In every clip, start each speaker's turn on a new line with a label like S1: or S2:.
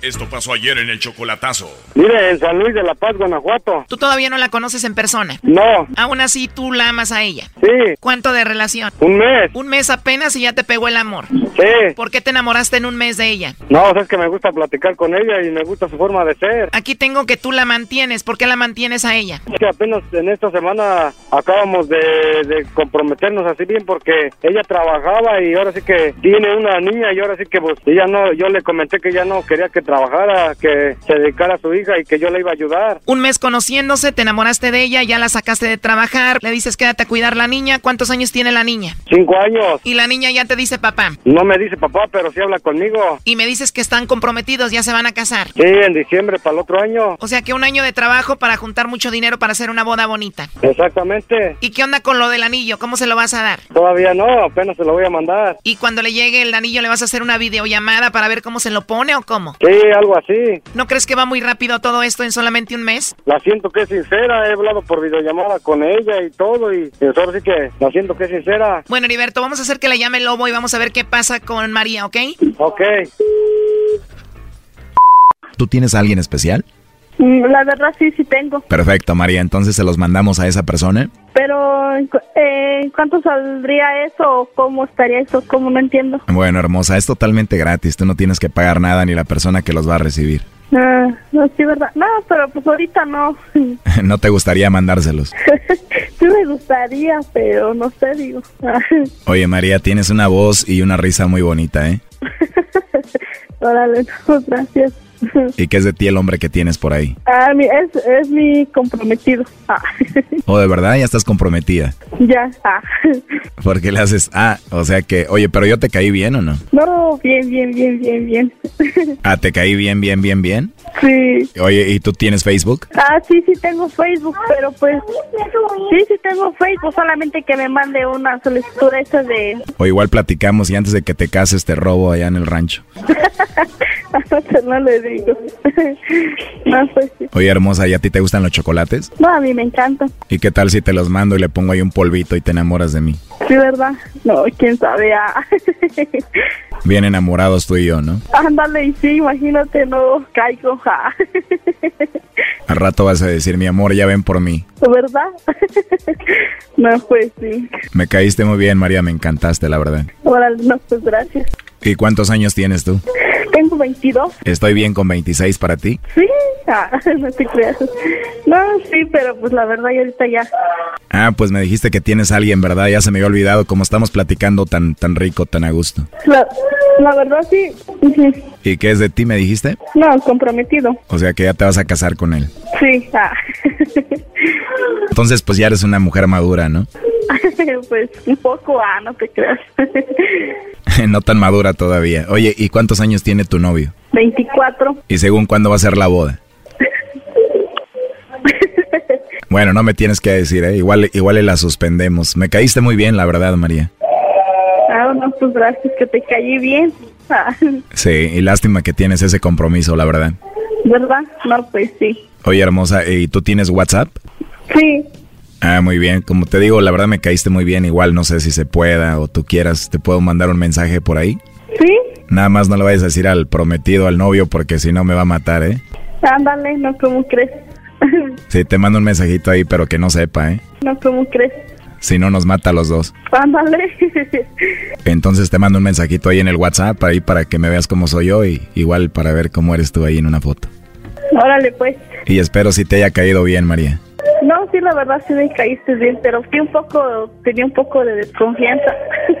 S1: Esto pasó ayer en el chocolatazo.
S2: Mire, en San Luis de la Paz, Guanajuato.
S3: Tú todavía no la conoces en persona.
S2: No,
S3: Aún así, tú la amas a ella.
S2: sí,
S3: ¿Cuánto de relación?
S2: un mes,
S3: Un mes apenas y ya te pegó el amor.
S2: sí.
S3: ¿Por qué te enamoraste en un mes de ella?
S2: No, es que me gusta platicar con ella y me gusta su forma de ser.
S3: Aquí tengo que tú la mantienes. ¿Por qué la mantienes a ella?
S2: Es que apenas en esta semana acabamos de, de comprometernos así bien porque ella trabajaba y ahora sí que tiene una niña y ahora sí que pues ella no, yo le comenté que ella no quería que trabajara, que se dedicara a su hija y que yo le iba a ayudar.
S3: Un mes conociéndose, te enamoraste de ella, ya la sacaste de trabajar, le dices quédate a cuidar la niña. ¿Cuántos años tiene la niña?
S2: Cinco años.
S3: Y la niña ya te dice papá.
S2: No me dice papá, pero sí habla conmigo.
S3: Y me dices que están comprometidos, ya se van a casar.
S2: Sí, en diciembre para el otro año.
S3: O sea que un año de trabajo para juntar mucho dinero para hacer una boda bonita.
S2: Exactamente.
S3: ¿Y qué onda con lo del anillo? ¿Cómo se lo vas a dar?
S2: Todavía no, apenas se lo voy a mandar.
S3: Y cuando le llegue el anillo, ¿le vas a hacer una videollamada para ver cómo se lo pone o cómo?
S2: Sí, algo así.
S3: ¿No crees que va muy rápido todo esto en solamente un mes?
S2: La siento que es sincera, he hablado por videollamada con ella y todo, y y ahora sí que la siento que es sincera.
S3: Bueno, Heriberto, vamos a hacer que le llame Lobo y vamos a ver qué pasa con María, ¿ok?
S2: Ok.
S4: ¿Tú tienes a alguien especial?
S5: Mm, La verdad sí, sí tengo.
S4: Perfecto, María. Entonces se los mandamos a esa persona.
S5: Pero ¿en cu- eh, ¿en ¿cuánto saldría eso o cómo estaría eso? ¿Cómo no entiendo?
S4: Bueno, hermosa, es totalmente gratis. Tú no tienes que pagar nada ni la persona que los va a recibir.
S5: Ah, no, sí, verdad. No, pero pues ahorita no. Sí
S4: no te gustaría mandárselos.
S5: me gustaría, pero no sé, digo. Ah,
S4: Oye, María, tienes una voz y una risa muy bonita, ¿eh?
S5: Órale, no, gracias.
S4: ¿Y qué es de ti el hombre que tienes por ahí?
S5: Ah, mi, es, es mi comprometido. Ah,
S4: ¿O Oh, de verdad ya estás comprometida?
S5: ya. Ah.
S4: Porque le haces, ah, o sea que, oye, pero yo te caí bien o no?
S5: No, bien, bien, bien, bien, bien.
S4: Ah, te caí bien, bien, bien, bien.
S5: Sí.
S4: Oye, ¿y tú tienes Facebook?
S5: Ah, sí, sí tengo Facebook, pero pues... Sí, sí tengo Facebook, solamente que me mande una solicitud esa de...
S4: O igual platicamos y antes de que te cases te robo allá en el rancho.
S5: no le digo. no, pues sí.
S4: Oye, hermosa, ¿y a ti te gustan los chocolates?
S5: No, a mí me encanta.
S4: ¿Y qué tal si te los mando y le pongo ahí un polvito y te enamoras de mí?
S5: Sí, ¿verdad? No, quién sabe. ah.
S4: Bien enamorados tú y yo, ¿no?
S5: Ándale, y sí, imagínate, no caigo. ah.
S4: Al rato vas a decir, mi amor, ya ven por mí.
S5: ¿Verdad? no, pues sí.
S4: Me caíste muy bien, María, me encantaste, la verdad.
S5: Órale, no, pues gracias.
S4: ¿Y cuántos años tienes tú?
S5: Tengo 22.
S4: Estoy bien con 26 para ti.
S5: Sí, ah, no te creas. No, sí, pero pues la verdad, yo ahorita ya.
S4: Ah, pues me dijiste que tienes a alguien, ¿verdad? Ya se me había olvidado cómo estamos platicando tan, tan rico, tan a gusto.
S5: La, la verdad, sí. ujú.
S4: ¿Y qué es de ti, me dijiste?
S5: No, comprometido.
S4: O sea que ya te vas a casar con él.
S5: Sí, ah.
S4: Entonces, pues ya eres una mujer madura, ¿no?
S5: pues un poco, ah, no te creas.
S4: no tan madura todavía. Oye, ¿y cuántos años tiene tu novio?
S5: 24.
S4: ¿Y según cuándo va a ser la boda? Bueno, no me tienes que decir, ¿eh? Igual, igual y la suspendemos. Me caíste muy bien, la verdad, María.
S5: Ah, no, pues gracias, que te caí bien. casa,
S4: Sí, y lástima que tienes ese compromiso, la verdad.
S5: ¿verdad? No, pues sí.
S4: Oye, hermosa, ¿y tú tienes WhatsApp?
S5: Sí,
S4: Ah, muy bien. Como te digo, la verdad me caíste muy bien. Igual no sé si se pueda o tú quieras, te puedo mandar un mensaje por ahí.
S5: sí,
S4: Nada más no le vayas a decir al prometido, al novio, porque si no me va a matar, ¿eh?
S5: ándale, no, ¿cómo crees?
S4: Sí, te mando un mensajito ahí, pero que no sepa, ¿eh?
S5: no, ¿cómo crees?
S4: Si no, nos mata a los dos.
S5: Ándale.
S4: Entonces te mando un mensajito ahí en el WhatsApp, ahí para que me veas cómo soy yo y igual para ver cómo eres tú ahí en una foto.
S5: Órale, pues.
S4: Y espero si te haya caído bien, María.
S5: No, sí, la verdad sí me caíste bien, pero fui un poco, tenía un poco de desconfianza.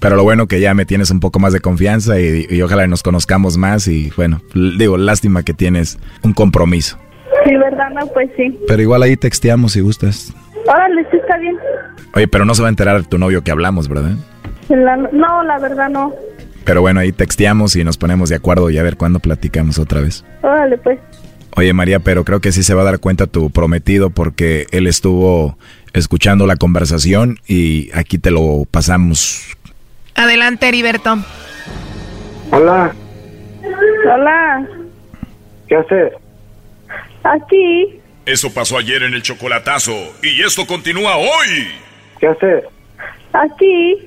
S4: Pero lo bueno que ya me tienes un poco más de confianza y, y ojalá nos conozcamos más y bueno, l- digo, lástima que tienes un compromiso.
S5: sí, ¿verdad? No, pues sí.
S4: Pero igual ahí texteamos si gustas.
S5: Órale, sí está bien.
S4: Oye, pero no se va a enterar tu novio que hablamos, ¿verdad?
S5: La- no, la verdad no.
S4: Pero bueno, ahí texteamos y nos ponemos de acuerdo y a ver cuándo platicamos otra vez.
S5: Órale, pues.
S4: Oye María, pero creo que sí se va a dar cuenta tu prometido porque él estuvo escuchando la conversación y aquí te lo pasamos.
S3: Adelante, Heriberto.
S2: Hola,
S5: Hola,
S2: ¿qué haces?
S5: aquí,
S1: Eso pasó ayer en el chocolatazo y esto continúa hoy.
S2: ¿Qué haces?
S5: aquí.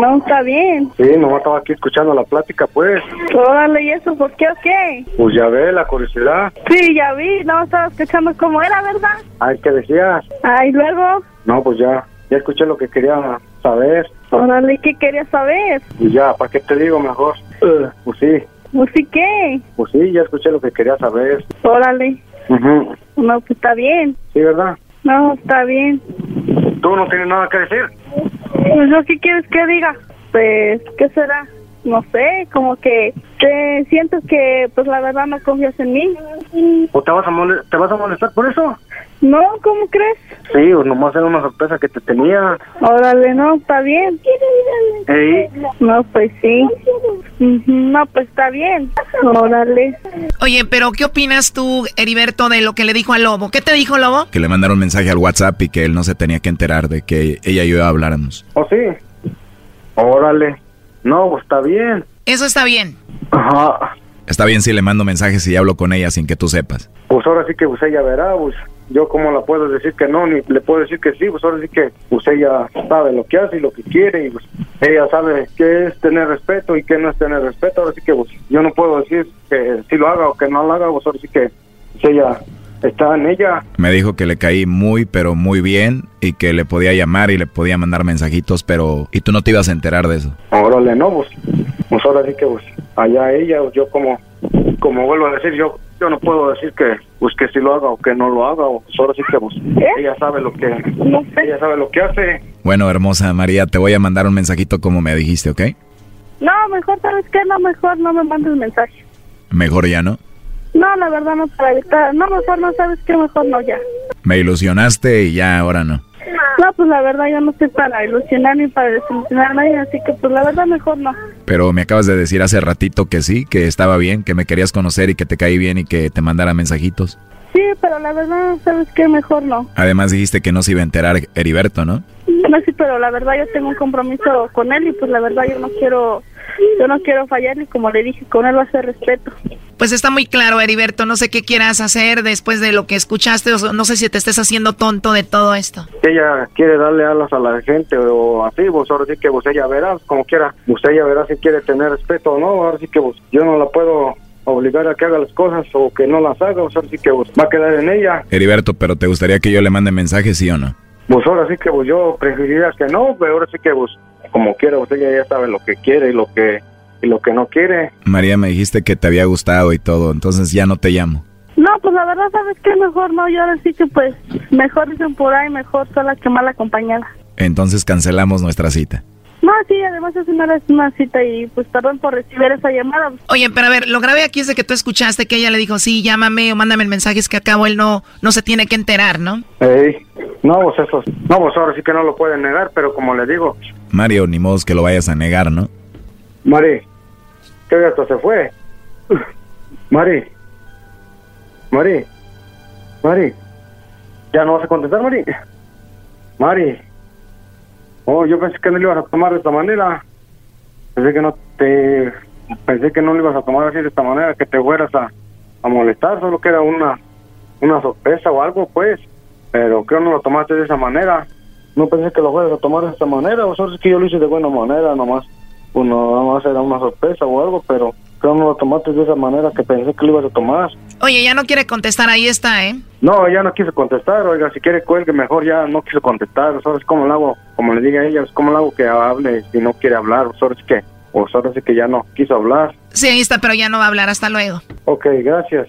S5: No, está bien.
S2: Sí, nomás estaba aquí escuchando la plática, pues.
S5: Órale, ¿y eso por qué o qué?
S2: Pues ya ve la curiosidad.
S5: Sí, ya vi, no, estaba escuchando cómo era, ¿verdad?
S2: Ay, ¿qué decías?
S5: Ay, luego,
S2: No, pues ya, ya escuché lo que quería saber.
S5: órale, ¿qué querías saber?
S2: Pues ya, ¿para qué te digo mejor? Eh, Pues sí,
S5: Pues sí, ¿qué?
S2: pues sí, ya escuché lo que quería saber.
S5: Órale,
S2: Ujú.
S5: no, pues está bien.
S2: Sí, ¿verdad?
S5: No, está bien.
S2: ¿Tú no tienes nada que decir?
S5: Pues yo, ¿qué quieres que diga? Pues, ¿qué será? No sé, como que te siento que, pues la verdad no confías en mí.
S2: ¿O te vas a, mole- te vas a molestar por eso?
S5: No, ¿cómo crees?
S2: Sí, pues nomás era una sorpresa que te tenía.
S5: Órale, no, está bien.
S2: Ey,
S5: No, pues sí. Ujú, No, pues está bien. Órale.
S3: Oye, pero ¿qué opinas tú, Heriberto, de lo que le dijo al lobo? ¿Qué te dijo lobo?
S4: Que le mandaron mensaje al WhatsApp y que él no se tenía que enterar de que ella y yo habláramos.
S2: ¿o Oh, sí? Órale. No, pues está bien.
S3: Eso está bien.
S2: Ajá.
S4: Está bien si le mando mensajes y hablo con ella sin que tú sepas.
S2: Pues ahora sí que pues ella verá, pues yo como la puedo decir que no, ni le puedo decir que sí, pues ahora sí que pues ella sabe lo que hace y lo que quiere y pues ella sabe qué es tener respeto y qué no es tener respeto, ahora sí que pues yo no puedo decir que si lo haga o que no lo haga, pues ahora sí que pues, ella está en ella.
S4: Me dijo que le caí muy, pero muy bien y que le podía llamar y le podía mandar mensajitos, pero... Y tú no te ibas a enterar de eso.
S2: Órale, no, pues, pues ahora sí que pues allá ella, pues, yo como como vuelvo a decir, yo yo no puedo decir que pues que si lo haga o que no lo haga, pues ahora sí que pues ella sabe lo que
S5: ¿Eh? No sé.
S2: ella sabe lo que hace.
S4: Bueno, hermosa María, te voy a mandar un mensajito como me dijiste, ¿ok?
S5: No, mejor, ¿sabes qué? No, mejor no me mandes mensaje.
S4: Mejor ya, ¿no?
S5: No, la verdad no para evitar. No, mejor no, ¿sabes qué? Mejor no ya.
S4: Me ilusionaste y ya ahora no.
S5: No, pues la verdad yo no estoy para ilusionar ni para desilusionar a nadie, así que pues la verdad mejor no.
S4: Pero me acabas de decir hace ratito que sí, que estaba bien, que me querías conocer y que te caí bien y que te mandara mensajitos.
S5: Sí, pero la verdad, ¿sabes qué? Mejor no.
S4: Además dijiste que no se iba a enterar Heriberto, ¿no?
S5: No, sí, pero la verdad yo tengo un compromiso con él y pues la verdad yo no quiero, yo no quiero fallar y como le dije, con él va a ser respeto.
S3: Pues está muy claro, Heriberto. No sé qué quieras hacer después de lo que escuchaste. o No sé si te estés haciendo tonto de todo esto.
S2: que ella quiere darle alas a la gente o así, vos ahora sí que vos ella verá, como quiera, vos ella verá si quiere tener respeto o no, ahora sí que vos, yo no la puedo obligar a que haga las cosas o que no las haga, vos ahora sí que vos va a quedar en ella,
S4: Heriberto, pero ¿te gustaría que yo le mande mensajes, sí o no?
S2: vos Pues ahora sí que vos yo preferiría que no, pero ahora sí que vos como quiera, vos ella ya sabe lo que quiere y lo que y lo que no quiere,
S4: María, me dijiste que te había gustado y todo, entonces ya no te llamo.
S5: No, pues la verdad, ¿sabes qué? Mejor no, yo ahora sí que pues mejor dicen por ahí, mejor sola que mal acompañada.
S4: Entonces cancelamos nuestra cita.
S5: No, sí, además es una, es una cita y pues perdón por recibir esa llamada.
S3: Oye, pero a ver, lo grave aquí es de que tú escuchaste que ella le dijo, sí, llámame o mándame el mensaje, es que acabo él no, no se tiene que enterar, ¿no?
S2: Ey, no vos eso, no vos ahora sí que no lo pueden negar, pero como le digo,
S4: Mario, ni modo que lo vayas a negar, ¿no?
S2: Mari, ¿qué gato se fue? Mari, Mari, Mari, ¿ya no vas a contestar, Mari? Mari, oh, yo pensé que no lo ibas a tomar de esta manera. pensé que no te pensé que no lo ibas a tomar así de esta manera, que te fueras a, a molestar, solo que era una, una sorpresa o algo, pues. Pero creo no lo tomaste de esa manera. No pensé que lo fueras a tomar de esa manera, o sea, es que yo lo hice de buena manera, nomás. Uno, pues nada más era una sorpresa o algo, pero creo no lo tomaste de esa manera que pensé que lo ibas a tomar.
S3: Oye, ya no quiere contestar, ahí está, ¿eh?
S2: No, ya no quiso contestar, oiga, si quiere cuelgue mejor, ya no quiso contestar, ¿sabes cómo lo hago? Como le diga a ella, pues, ¿cómo lo hago que hable si no quiere hablar? ¿Sabes qué? O ahora sí que ya no quiso hablar.
S3: Sí, ahí está, pero ya no va a hablar, hasta luego.
S2: Ok, gracias.